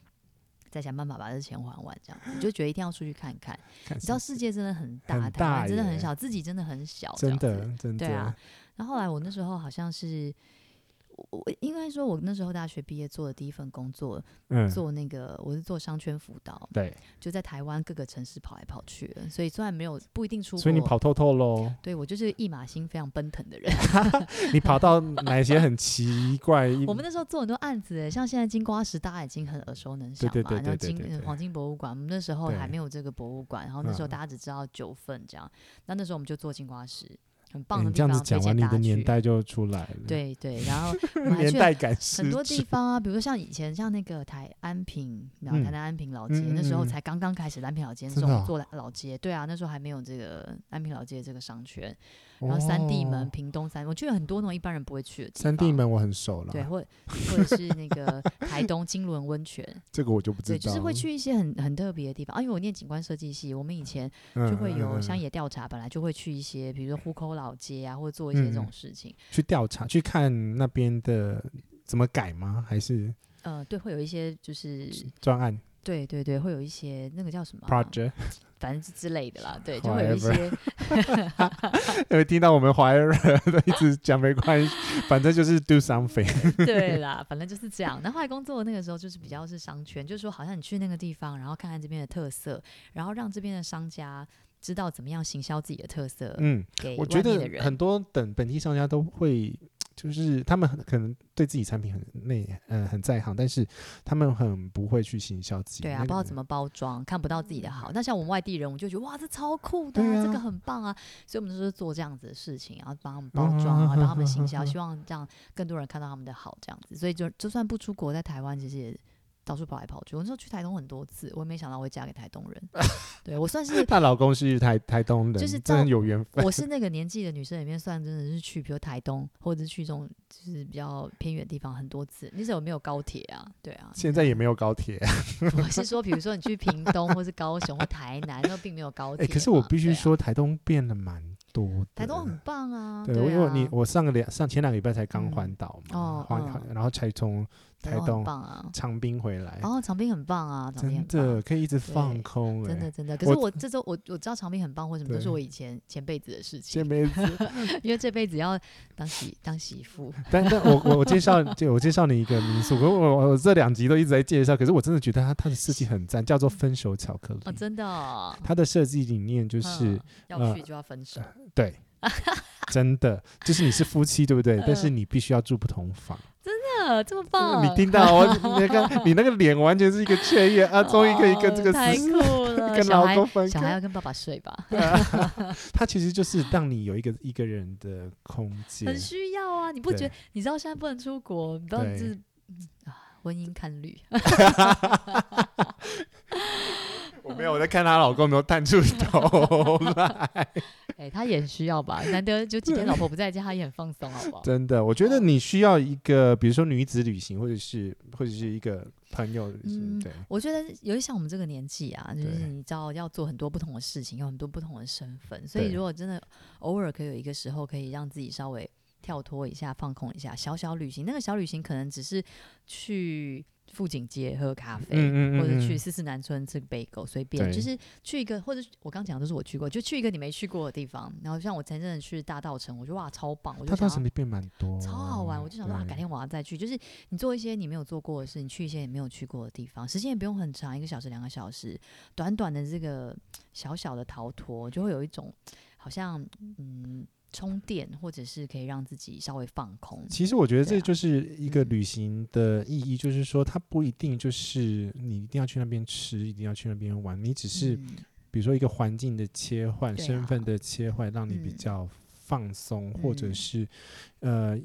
D: 再想办法把这钱还完，这样你就觉得一定要出去看看。
C: 看
D: 你知道世界真的很大，
C: 很
D: 台
C: 大
D: 湾真的
C: 耶
D: 很小，自己真的很小，
C: 真
D: 这样子
C: 的真的
D: 对啊，然后后来我那时候好像是。我我应该说，我那时候大学毕业做的第一份工作，
C: 嗯，
D: 做那个我是做商圈辅导，
C: 对，
D: 就在台湾各个城市跑来跑去的，所以虽然没有不一定出国，
C: 所以你跑透透喽，
D: 对我就是一马心非常奔腾的人。
C: 你跑到哪一些很奇怪？ 哎
D: 我们那时候做很多案子欸耶，像现在金瓜石大家已经很耳熟能详嘛，
C: 对对对
D: 然
C: 对
D: 后
C: 对对
D: 金呃
C: 对
D: 黄金博物馆，我们那时候
C: 对
D: 还没有这个博物馆，然后那时候
C: 嗯
D: 大家只知道九份这样，那那时候我们就做金瓜石，很
C: 哎
D: 棒的
C: 你
D: 地
C: 这样
D: 方，
C: 子
D: 推
C: 讲完，
D: 荐
C: 你
D: 大
C: 的
D: 家
C: 年
D: 去。
C: 代就出来了，，
D: 对对，然后我们还
C: 年
D: 去了
C: 代感十
D: 很多
C: 足
D: 地方啊，比如像以前像那个台安平，然后
C: 嗯
D: 台南安平老街，
C: 嗯嗯
D: 那时候
C: 嗯
D: 才刚刚开始安平老街，那
C: 真的
D: 时候我
C: 哦
D: 们做老街，对啊，那时候还没有这个安平老街这个商圈，然后三地门、
C: 哦
D: 屏东三，我去了很多那种一般人不会去的地方
C: 三地。门我很熟了，
D: 对，或或者是 那个台东金轮温泉，
C: 这个我就不知
D: 对，
C: 道，
D: 就是会去一些很很特别的地方。啊，因为我念景观设计系，我们以前
C: 嗯，
D: 就
C: 就
D: 会有乡野调查，本来就会去一些，比如说湖口老街啊，或者做一些这
C: 嗯
D: 种事情。
C: 去调查去看那边的怎么改吗？还是
D: 呃，对，会有一些就是
C: 专案
D: 对对对，会有一些那个叫什么啊、
C: project？
D: 反正是之类的啦，对，就会有一
C: Whatever
D: 些
C: 因为听到我们怀儿都一直讲没关系，反正就是 do something。
D: 对啦，反正就是这样。那后来工作那个时候就是比较是商圈，就是说好像你去那个地方，然后看看这边的特色，然后让这边的商家知道怎么样行销自己的特色
C: 嗯，
D: 给
C: 我觉
D: 外面的
C: 得
D: 人。
C: 很多等本地商家都会，就是他们很可能对自己产品很内呃很在行，但是他们很不会去行销自己。
D: 对啊，
C: 那个
D: 不
C: 嗯
D: 知道怎么包装，看不到自己的好。那像我们外地人，我们就觉得哇，这超酷的、
C: 对啊嗯
D: 这个很棒啊！所以我们就是做这样子的事情，然后帮他们包装，啊然后帮他们行销，希望让更多人看到他们的好，这样子。所以就就算不出国，在台湾其实也到处跑来跑去。我那时候去台东很多次，我也没想到我会嫁给台东 人。对我算是
C: 她老公是台台东人，
D: 就是
C: 真的
D: 照
C: 有缘分。
D: 我是那个年纪的女生里面，算真的是去，比如台东，或者是去这种就是比较偏远的地方很多次。那时候有没有高铁啊？对啊，
C: 现在也没有高铁，
D: 我是说，比如说你去屏东或是高雄或台南，那并没有高
C: 哎，
D: 铁嘛、
C: 可是我必须
D: 对啊
C: 说，台东变得蛮多的。
D: 台东很棒啊，
C: 对，
D: 啊、
C: 我因为你我上个两上前两个礼拜才刚
D: 嗯
C: 环岛嘛
D: 哦，
C: 环
D: 嗯
C: 然后才从
D: 台
C: 台
D: 很
C: 东
D: 棒啊，
C: 长滨回来，
D: 然后长滨很棒啊，长滨
C: 真
D: 很棒
C: 的。可以一直放
D: 对
C: 空，
D: 真
C: 哎
D: 的，真的，可
C: 我
D: 是我这周我我知道长滨很棒，为什么？
C: 对
D: 都是我以前前辈子的事
C: 这
D: 情，
C: 辈 子
D: 因为这辈子要当媳当媳 妇，
C: 但但我我我介绍，就我介绍你一个民宿，我我我这两集都一直在介绍，可是我真的觉得它它的设计很赞，叫做分手巧克力。
D: 哦，真的、哦，
C: 它的设计理念 就是、
D: 嗯要
C: 呃
D: 去就要分手，
C: 对，真的就是你是夫妻对不对？但是
D: 嗯
C: 你必须要住不同房。
D: 呃，这么棒，
C: 你听到我哦你那个你那个脸完全是一个雀跃啊，终于可以跟这个
D: 哦太
C: 死
D: 酷了，
C: 跟
D: 小
C: 老
D: 孩
C: 公分
D: 小孩
C: 开。
D: 要跟爸爸睡吧，
C: 它其实就是让你有一个一个人的空间
D: 很。需要啊！你不觉
C: 对
D: 得？你知道现在不能出国，你不要
C: 对
D: 就是嗯啊，婚姻看绿，
C: 我没有我在看她老公有没有探出头来。
D: 哎，他也需要吧？难得就几天老婆不在家，他也很放松，好不 好？
C: 真的，我觉得你需要一个，比如说女子旅行，或者是或者是一个朋友旅行，
D: 嗯
C: 对，
D: 我觉得，尤其像我们这个年纪啊，就
C: 对
D: 是你知道要做很多不同的事情，有很多不同的身份，所以
C: 对
D: 如果真的偶尔可以有一个时候，可以让自己稍微跳脱一下、放空一下，小小旅行，那个小旅行可能只是去富锦街喝咖啡，
C: 嗯嗯嗯
D: 或者去
C: 嗯
D: 四四南村吃杯狗，随便，
C: 对
D: 就是去一个，或者是我刚讲的都是我去过，就去一个你没去过的地方。然后像我前阵子去大道城，我觉得哇超棒，我
C: 他当
D: 就想
C: 时
D: 要
C: 没变蛮多，
D: 超好玩，我就想说啊，
C: 对
D: 改天我要再去。就是你做一些你没有做过的事，你去一些你没有去过的地方，时间也不用很长，一个小时、两个小时，短短的这个小小的逃脱，就会有一种好像嗯充电，或者是可以让自己稍微放空。
C: 其实我觉得
D: 对
C: 这
D: 啊
C: 就是一个
D: 嗯
C: 旅行的意义，就是说它不一定就是你一定要去那边吃，一定要去那边玩，你只是
D: 嗯
C: 比如说一个环境的切换、
D: 对啊
C: 身份的切换，让你比
D: 嗯
C: 较放松，或者
D: 嗯
C: 是呃，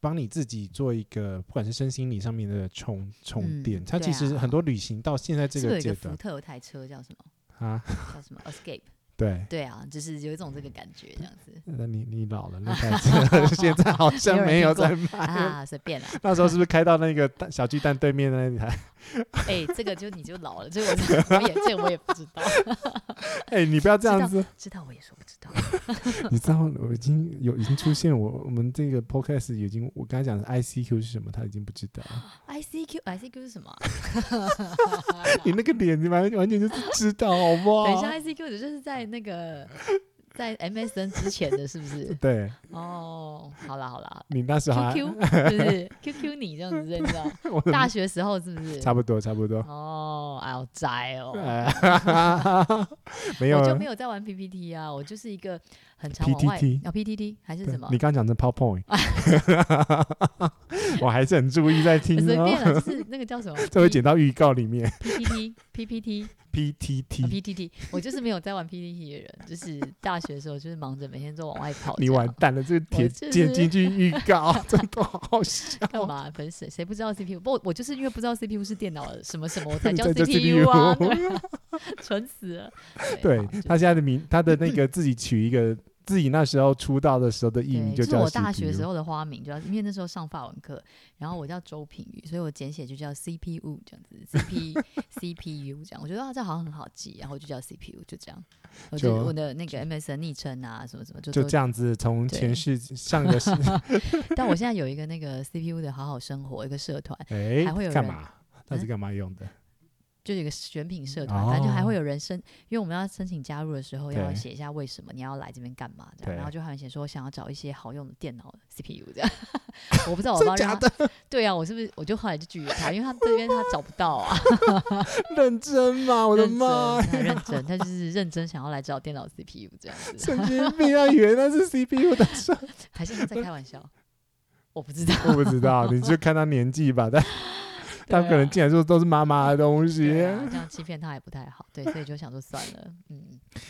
C: 帮你自己做一个不管是身心理上面的充充
D: 嗯
C: 电。它
D: 对
C: 其实
D: 啊
C: 很多旅行到现在这
D: 是不是有一
C: 阶
D: 个福
C: 段
D: 特有台车叫什么？
C: 啊，
D: 叫什么 Escape？
C: 对，
D: 对啊，就是有一种这个感觉这样子
C: 那你你老了，那台车 现在好像没有在卖。
D: 啊，随便啦。
C: 那时候是不是开到那个蛋小巨蛋对面的那台？
D: 哎、这个就你就老了，这个我我也这个我也不知道，
C: 哎、你不要这样子，
D: 知道我也说不知道。
C: 你知道我已经有已经出现我我们这个 podcast 已经我刚才讲的 ICQ 是什么，他已经不知道了。
D: I C Q I C Q 是什么啊？
C: 你那个脸，你完完全就是知道，好不好？？
D: 等一下，I C Q 就是在那个在 M S N 之前的，是不是
C: 对
D: 哦，好啦 好啦
C: 你那时候还
D: ，Q Q 是不是？Q Q 你这样子，你知道？
C: 啊 我怎么
D: 大学时候是不是？
C: 差不多，差不多。
D: 哦，哎，好宅哦。
C: 哎哈哈哈哈没有
D: 我就
C: 啊
D: 没有在玩 PPT 啊，我就是一个很常往外
C: PTT
D: 啊 PTT 还是
C: 对
D: 什么
C: 你，刚讲的 PowerPoint，我还是很注意在听
D: 随便
C: 哦。
D: 了，就是那个叫什么
C: 这会剪嗯到预告里面
D: PPT PPT 啊
C: ，PTT，
D: PTT，我就是没有在玩 PTT 的人，就是大学的时候就是忙着每天都往外跑这样。
C: 你完蛋了，这个铁
D: 我就是
C: 剪进去预告，
D: 哦
C: 真的好笑。
D: 干嘛？
C: ？Oh
D: 反正谁谁不知道 CPU？不，我就是因为不知道 CPU 是电脑的什么什么，我 才叫
C: 在这
D: CPU 啊， 蠢死了。
C: 对
D: 好就是
C: 他现在的名，他的那个自己取一个自己那时候出道的时候的艺名
D: 对，这是
C: 叫
D: 我大学
C: CPU
D: 时候的花名，就要因为那时候上法文课，然后我叫周品瑜，所以我简写就叫 CPU 这样子，CP CPU 这样，我觉得啊这好像很好记，然后我就叫 CPU 就这样，我就
C: 就
D: 我的那个 MSN 昵称啊什么什么就
C: 就
D: 都
C: 这样子，从
D: 对
C: 前世上个世，
D: 但我现在有一个那个 CPU 的好好生活一个社团，
C: 哎
D: 还会有，
C: 干
D: 人嗯
C: 嘛？那是干嘛用的？
D: 就有一个选品社团，反正就还
C: 哦
D: 会有人申，因为我们要申请加入的时候要
C: 对
D: 写一下为什么你要来这边干嘛这样，
C: 对
D: 然后就还有人写说想要找一些好用的电脑 CPU 这样， 我不知道我
C: 真
D: 帮
C: 假
D: 让他，对啊，我是不是我就后来就拒绝他，因为他这边他找不到啊，
C: 认真吗？ 我的
D: 认真
C: 妈
D: 他
C: 呀！
D: 认真，他就是认真想要来找电脑 CPU 这样子，
C: 神经病啊！以为那是 CPU 的事，
D: 还是他在开玩笑，我不知道，
C: 我不知道，你就看他年纪吧。 但他
D: 对
C: 可能
D: 啊
C: 进来说都是妈妈的东西
D: 对。啊，这样欺骗他也不太好，对，所以就想说算了，嗯，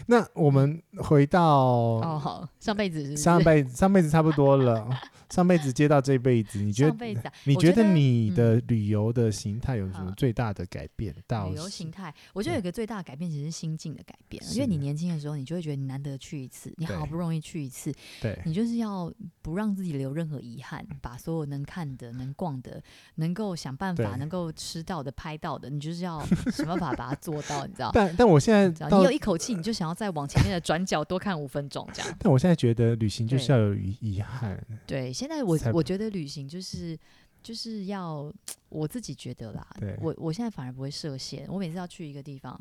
C: 那我们回
D: 哦，
C: 到
D: 好，上辈子是不是
C: 上辈子，上辈子差不多了，上辈子接到这辈子，你觉
D: 上
C: 得
D: 辈子啊，
C: 你
D: 我
C: 觉
D: 得
C: 得你的旅游的形态有什么
D: 嗯
C: 最大的改变？到
D: 旅游形态，我觉得有一个最大的改变，其实是心境的改变。因
C: 是
D: 为你年轻的时候，你就会觉得你难得去一次，你
C: 对
D: 好不容易去一次，
C: 对
D: 你就是要不让自己留任何遗憾，把所有能看的、能逛的、能够想办法、
C: 对
D: 能够吃到的、拍到的，你就是要想办法把它做到，你知道？
C: 但但我现
D: 只
C: 在
D: 要
C: 到
D: 你有，一口气，你就想要再往前面的转角多看五分钟，这样。
C: 但我现在觉得旅行就是
D: 对
C: 要有遗遗憾，
D: 对，现在我
C: 才
D: 我觉得旅行就是就是要我自己觉得啦
C: 对，
D: 我我现在反而不会设限，我每次要去一个地方。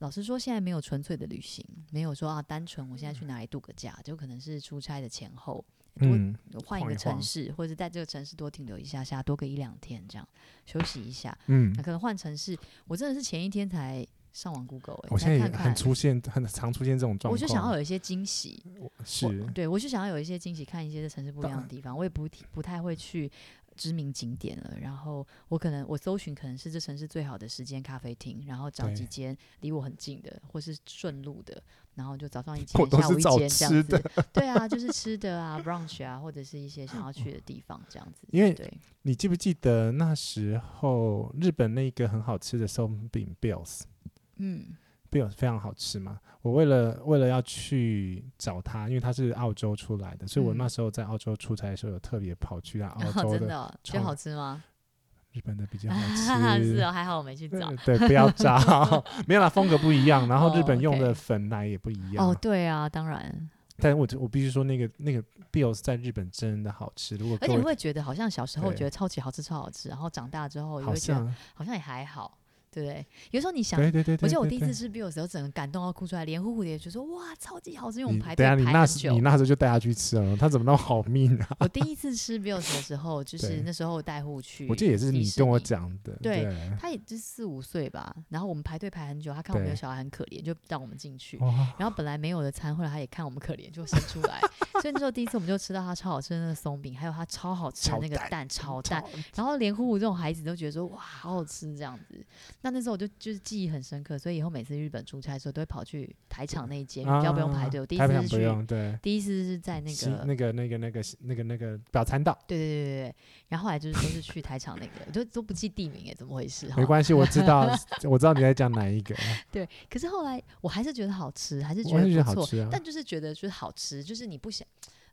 D: 老实说，现在没有纯粹的旅行，没有说啊，单纯我现在去哪里度个假，就可能是出差的前后，多
C: 嗯，
D: 换一
C: 晃
D: 个
C: 一
D: 城
C: 晃
D: 市，或者是在这个城市多停留一下下，多个一两天这样休息一下。
C: 嗯
D: 那、，可能换城市，我真的是前一天才上网 Google，、欸、
C: 我现在
D: 才
C: 也
D: 看看
C: 很，出现，很常出现这种状况。
D: 我就想要有一些惊喜，
C: 是嗯
D: 我，对我就想要有一些惊喜，看一些这城市不一样的地方。我也不不太会去知名景点了，然后我可能我搜寻可能是这城市最好的十间咖啡厅，然后找
C: 对
D: 几间离我很近的，或是顺路的，然后就早 上一
C: 我
D: 间，
C: 都
D: 下
C: 是
D: 午一
C: 找
D: 间这
C: 吃
D: 样
C: 的
D: 子。对啊，就是吃的啊，brunch 啊，或者是一些想要去的地方这样子。
C: 因为
D: 对，
C: 你记不记得那时候日本那个很好吃的松饼 Bills
D: 嗯，
C: Bills 非常好吃嘛？我为了为了要去找他，因为他是澳洲出来的，所以我
D: 嗯
C: 那时候在澳洲出差的时候有特别跑去啊
D: 然
C: 澳
D: 后
C: 洲
D: 真
C: 的
D: 的哦觉
C: 创
D: 得好吃吗？
C: 日本的比较好吃呃
D: 是哦，还好我没去找。
C: 对，对不要 找，没有啦，风格不一样，然后日
D: 哦
C: 本用的
D: OK
C: 粉奶也不一样。
D: 哦，对啊，当然，
C: 但我我必须说，那个那个 Bills 在日本真的好吃。如果各
D: 而且你
C: 位
D: 会觉得好像小时候
C: 对
D: 觉得超级好吃，超好吃，然后长大之后也
C: 好
D: 会觉得
C: 像
D: 好像也还好，对不对？有时候你想，
C: 对对对对，
D: 我记得我
C: 对
D: 第一次
C: 对
D: 吃 b i l 的时候，整个感动到哭出来，连呼呼的也就说哇，超级好吃，因为我
C: 你
D: 们排
C: 等
D: 队
C: 一下你
D: 排
C: 那
D: 很
C: 时你
D: 久。
C: 那时候就带他去吃了，他怎么那么好命啊？
D: 我第一次吃 b i l 的时 候，就是那时候带护去，
C: 我记得也是你跟我。讲的，
D: 对
C: 对，
D: 他也就四五岁吧，然后我们排队排很久，他看我们有小孩很可怜，就让我们进去。
C: 哇，
D: 然后本来没有的餐，后来他也看我们可怜，就生出来。 所以那时候第一次我们就吃到他超好吃的那个松饼，还有他超好吃的那个
C: 炒蛋
D: 蛋炒
C: 超
D: 蛋，然后连呼呼这种孩子都觉得说哇，好好吃这样子。那那时候我就就是记忆很深刻，所以以后每次日本出差的时候都会跑去台场那一间，
C: 啊
D: 比较不用排队。我第一
C: 台
D: 次
C: 北
D: 是
C: 场不
D: 去，
C: 用对。
D: 第一次是在那
C: 西
D: 个
C: 那个那个那个那个那个表参道，
D: 对对对对对，然后后来就是都是去台场那个，我都都不记地名哎，怎么回事？
C: 没
D: 系。
C: 关系，我知 道，我知道你在讲哪一个，
D: 对，可 是后来我还是觉得好吃，还是
C: 我还是觉得
D: 得不
C: 好
D: 错，
C: 吃啊。
D: 但就是觉得就是好吃，就是你不想，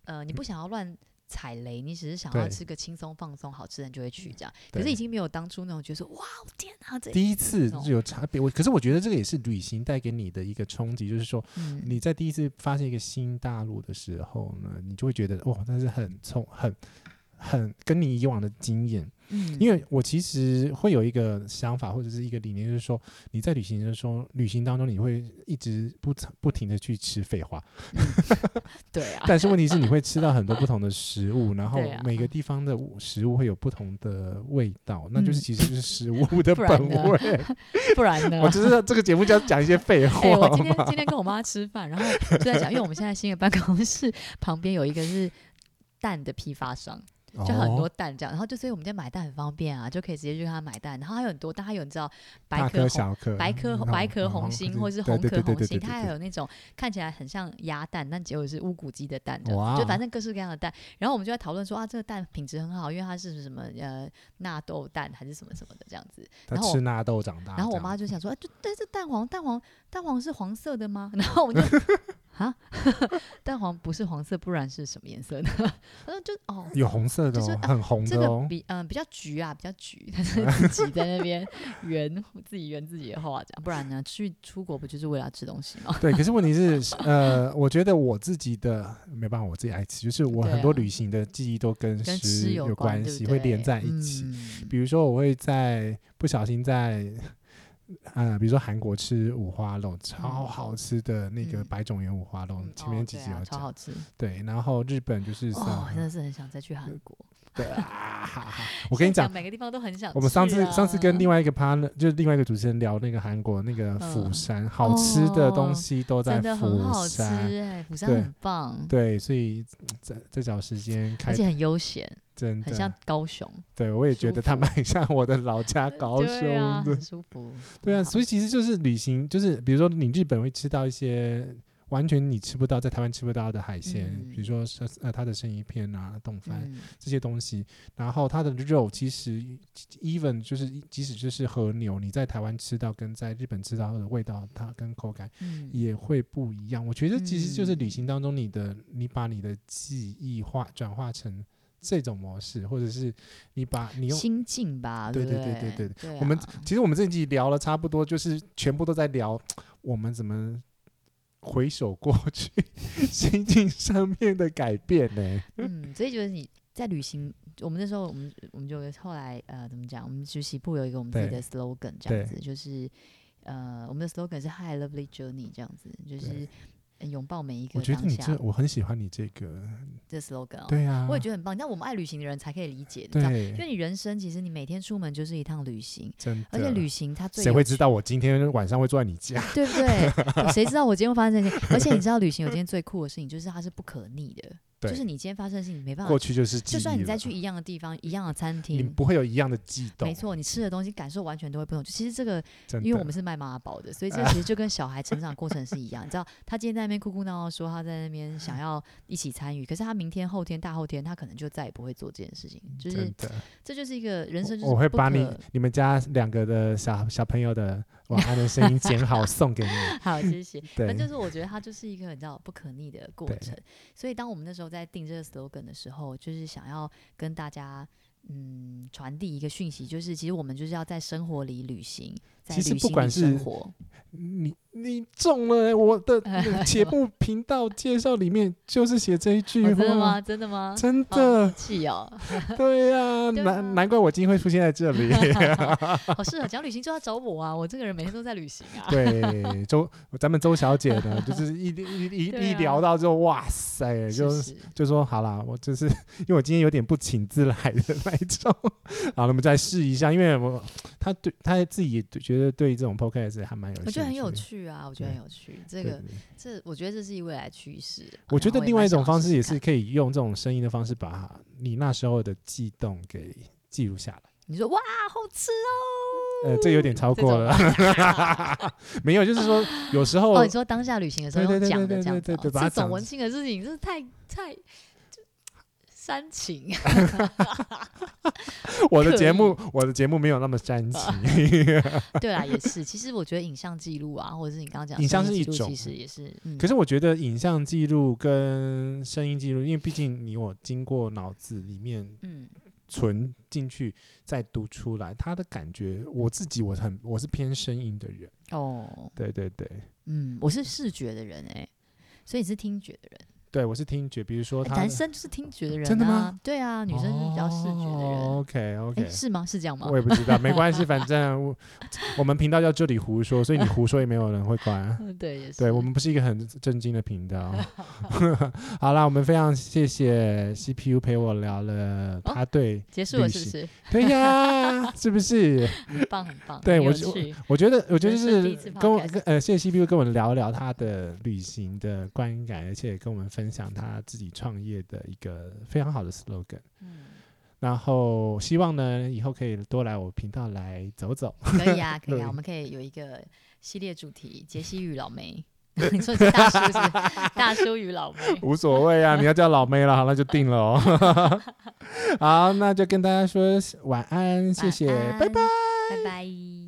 D: 呃，你不想要乱踩雷，你只是想要
C: 对
D: 吃个轻松放松、好吃的，你就会去这样。可
C: 对
D: 是已经没有当初那种觉得说哇天啊，这
C: 第一次
D: 哦
C: 有差别，我可是我觉得这个也是旅行带给你的一个冲击，就是说
D: 嗯
C: 你在第一次发现一个新大陆的时候呢，你就会觉得哇，那是很冲很。很跟你以往的经验，
D: 嗯
C: 因为我其实会有一个想法或者是一个理念，就是说你在旅行的时候，旅行当中你会一直不不停的去吃废 话，
D: 对啊，
C: 但是问题是你会吃到很多不同的食物，然后
D: 对啊
C: 每个地方的物食物会有不同的味道，那就是
D: 嗯
C: 其实就是食物 的
D: 不然
C: 本
D: 呢
C: 味。
D: 不然呢
C: 我？只知道这个节目就要讲一些废
D: 哎、
C: 话
D: 我今天
C: 嘛。
D: 今天跟我妈吃饭，然后就在讲，因为我们现在新的办公室 旁边有一个是蛋的批发商，就很多
C: 哦
D: 蛋这样，然后就所以我们在买蛋很方便啊，就可以直接去跟他买蛋，然后还有很多，但还有你知道白
C: 大
D: 壳
C: 颗、
D: 红。
C: 小颗、
D: 白壳
C: 嗯
D: 红白壳红心，或是红
C: 对
D: 壳
C: 对对
D: 红
C: 对对
D: 心，
C: 对
D: 它还
C: 对
D: 有那种看起来很像鸭蛋，但结果是乌骨鸡的蛋，
C: 哇哦
D: 就反正各式各样的蛋。然后我们就在讨论说啊，这个蛋品质很好，因为它是什么呃纳豆蛋还是什么什么的这样子。
C: 他
D: 然后我
C: 吃纳豆长大。
D: 然后我妈就想说，哎、就但是蛋黄蛋黄蛋黄是黄色的吗？然 后我们就啊， 蛋黄不是黄色，不然是什么颜色呢？然后就哦，
C: 有红色的、哦，
D: 就是啊
C: 很红
D: 这
C: 的
D: 个
C: 哦。
D: 比嗯、比较橘啊，比较橘， 但是自己在那边圆 自己圆自己的话讲，不然呢，去出国不就是为了要吃东西 吗？
C: 对，可是问题是，呃，我觉得我自己的没办法，我自己爱吃，就是我
D: 对
C: 很多
D: 啊
C: 旅行的记忆都跟
D: 跟
C: 食
D: 有
C: 有关
D: 对
C: 系，
D: 不对
C: 会连在一起。
D: 嗯
C: 比如说我会在不小心在，呃，比如说韩国吃五花肉，超好吃的那个
D: 嗯
C: 百种园五花肉，
D: 嗯
C: 前面
D: 哦
C: 几
D: 对
C: 集
D: 啊
C: 有
D: 超
C: 讲。
D: 好吃
C: 对，然后日本就是
D: 哦，真
C: 上，
D: 的是很想再去韩国。
C: 对啊， 我跟你讲
D: 现在，每个地方都很想去啊。
C: 我们上次上次跟另外一个 partner，就是另外一个主持人聊那个韩国那个釜
D: 嗯
C: 山，好吃的东西都在
D: 真的很
C: 釜
D: 好吃
C: 山。
D: 哎，釜山
C: 对
D: 很棒，
C: 对，所以再再找时间开
D: 而，且很悠闲，
C: 真
D: 很像
C: 的，
D: 高雄。
C: 对我也觉
D: 舒
C: 得它
D: 服
C: 蛮 像我的老家 高雄
D: 对啊，
C: 的
D: 很。舒服。
C: 对啊，
D: 很好
C: 所以其实就是旅行，就是比如说你日本会吃到一些完全你吃不到在台湾吃不到的海鲜，
D: 嗯
C: 比如说是呃它的生鱼片啊、冻饭、
D: 嗯
C: 这些东西，然后它的肉其实 even 就是即使就是和牛，你在台湾吃到跟在日本吃到的味道，它跟口感
D: 嗯
C: 也会不一样。我觉得其实就是旅
D: 嗯
C: 行当中你的你把你的记忆化转化成这种模式，或者是你把你用
D: 心境吧，
C: 对
D: 不
C: 对对
D: 对
C: 对对对
D: 对啊，
C: 我们其实我们这一集聊了差不多，就是全部都在聊我们怎么回首过去心境上面的改变呢、
D: 嗯，所以就是你在旅行，我们那时候我们我们就后来呃怎么讲，我们实习部有一个我们自己
C: 对
D: 的 slogan 这样
C: 对
D: 子，就是呃我们的 slogan 是 Hi lovely journey 这样子，就是
C: 对
D: 呃拥抱每一个
C: 我觉得
D: 当
C: 你
D: 下
C: 这，我很喜欢你这个，
D: 这 slogan 哦，
C: 对啊，
D: 我也觉得很棒。但我们爱旅行的人才可以理解，你知道，因为
C: 对，
D: 你人生其实你每天出门就是一趟旅行，
C: 真的，
D: 而且旅行它最
C: 啊谁
D: 有
C: 会
D: 趣
C: 知道我今天晚上会坐在你家？
D: 对不对？谁知道我今天会发生这件事？而且你知道，旅行有件最酷的事情，就是它是不可逆的，
C: 对，
D: 就是你今天发生的事情，你没办法
C: 过。去就是记忆
D: 就算你再
C: 了
D: 去，一样的地方、一样的餐
C: 你
D: 厅，
C: 不会有一样的悸动，
D: 没，错，你吃的东西感受完全都会不同。就其实这个，
C: 真的，嗯
D: 因为我们是卖妈妈宝的，所以这其实就跟小孩成长过程是一样。你知道，他今天在那边哭哭闹闹说他在那边想要一起参与，可是他明天、后天、大后天，他可能就再也不会做这件事情。就是
C: 真的。
D: 这就是一个人生，就是
C: 我我会
D: 不
C: 把你
D: 可
C: 你们家两个的小小朋友的晚安的声音剪 好送给你，
D: 好，谢谢。
C: 对
D: 反正就是我觉得它就是一个你知道不可逆的过
C: 对
D: 程。所以当我们那时候在定这个 slogan 的时候，就是想要跟大家嗯传递一个讯息，就是其实我们就是要在生活里旅行，在
C: 其实
D: 旅
C: 不
D: 行
C: 管
D: 里
C: 是
D: 生活。
C: 你你中了欸、我的 节目频道介绍里面就是写这一句
D: 哦真的
C: 话，
D: 吗？真的吗？
C: 真
D: 好有
C: 的
D: 默，契哦，
C: 对呀、
D: 对啊
C: 难难怪我今天会出现在这 里。
D: 好适合讲旅行就要找我啊！我这个人每天都在旅行啊。
C: 对，周咱们周小姐呢，就是一一一
D: 对
C: 一
D: 啊
C: 聊到之后，哇塞，
D: 是
C: 就
D: 不
C: 是
D: 是？
C: 就说好啦，我就是 因为我今天有点不请自来的那一种， 好了，我们再试一下，因为我他对他自己也对觉得对这种 podcast 还蛮有，
D: 我觉得很有，趣啊，我觉得很有趣。这
C: 对
D: 个
C: 对对
D: 这，我觉得这是一未来趋势啊。
C: 我觉
D: 然后
C: 得
D: 也
C: 另
D: 蛮
C: 外一
D: 想
C: 种
D: 要
C: 方
D: 试
C: 式
D: 试
C: 也
D: 看
C: 是可以用这种声音的方式，把你那时候的悸动给记录下来。
D: 你说哇，好吃哦，
C: 呃，这有点超过了， 没有，就是说有时候
D: 哦，你说当下旅行的时候
C: 对
D: 用
C: 对对
D: 讲的
C: 对对
D: 这样子
C: 对
D: 哦，
C: 对把它
D: 这种
C: 讲
D: 文青的事情真是太太就煽 情，
C: 我的
D: 刻
C: 节
D: 意
C: 目，我的节目没有那么煽情，
D: 对啊啦，也是。其实我觉得影像记录啊，或者是你刚刚讲的
C: 影像
D: 声音
C: 是一
D: 记录
C: 种
D: 其实也是，嗯，
C: 可是我觉得影像记录跟声音记录，因为毕竟你我经过脑子里面
D: 嗯，
C: 存进去再读出来，它的感觉，我自己我很我是偏声音的人，
D: 哦，
C: 对对对，
D: 嗯，我是视觉的人哎、所以你是听觉的人，欸
C: 对我是听觉，比如说他
D: 男生就是听觉的人、啊，
C: 真的吗？
D: 对啊，女生是比较视觉的人。
C: OK
D: 哎、
C: OK，
D: 是吗？是这样吗
C: 哦我？也不知道，没关系，反正我 我们频道叫这里胡说，所以你胡说也没有人会管 啊。
D: 嗯，对，也是。
C: 对我们不是一个很正经的频道。 好啦，我们非常谢谢 CPU 陪我聊了，
D: 哦
C: 他对
D: 结束了，
C: 旅
D: 是不是？
C: 对呀，是不是？
D: 很棒，很棒。
C: 对
D: 很有
C: 我就
D: 趣
C: 我觉得，我觉得
D: 人
C: 就
D: 生第一
C: 是
D: 次
C: 跟我
D: podcast
C: 跟呃，谢谢 CPU 跟我聊聊他的旅行的观感，而且也跟我们分享他自己创业的一个非常好的 slogan。
D: 嗯，
C: 然后希望呢，以后可以多来我频道来走走。
D: 可以啊，可以
C: 对
D: 啊，我们可以有一个系列主题：杰西与老梅。 你说你是大叔是不是？ 大叔与老梅。
C: 无所谓啊，你要叫老妹了，好，那就定了哦。 好，那就跟大家说晚安，谢谢，拜拜。
D: 拜拜。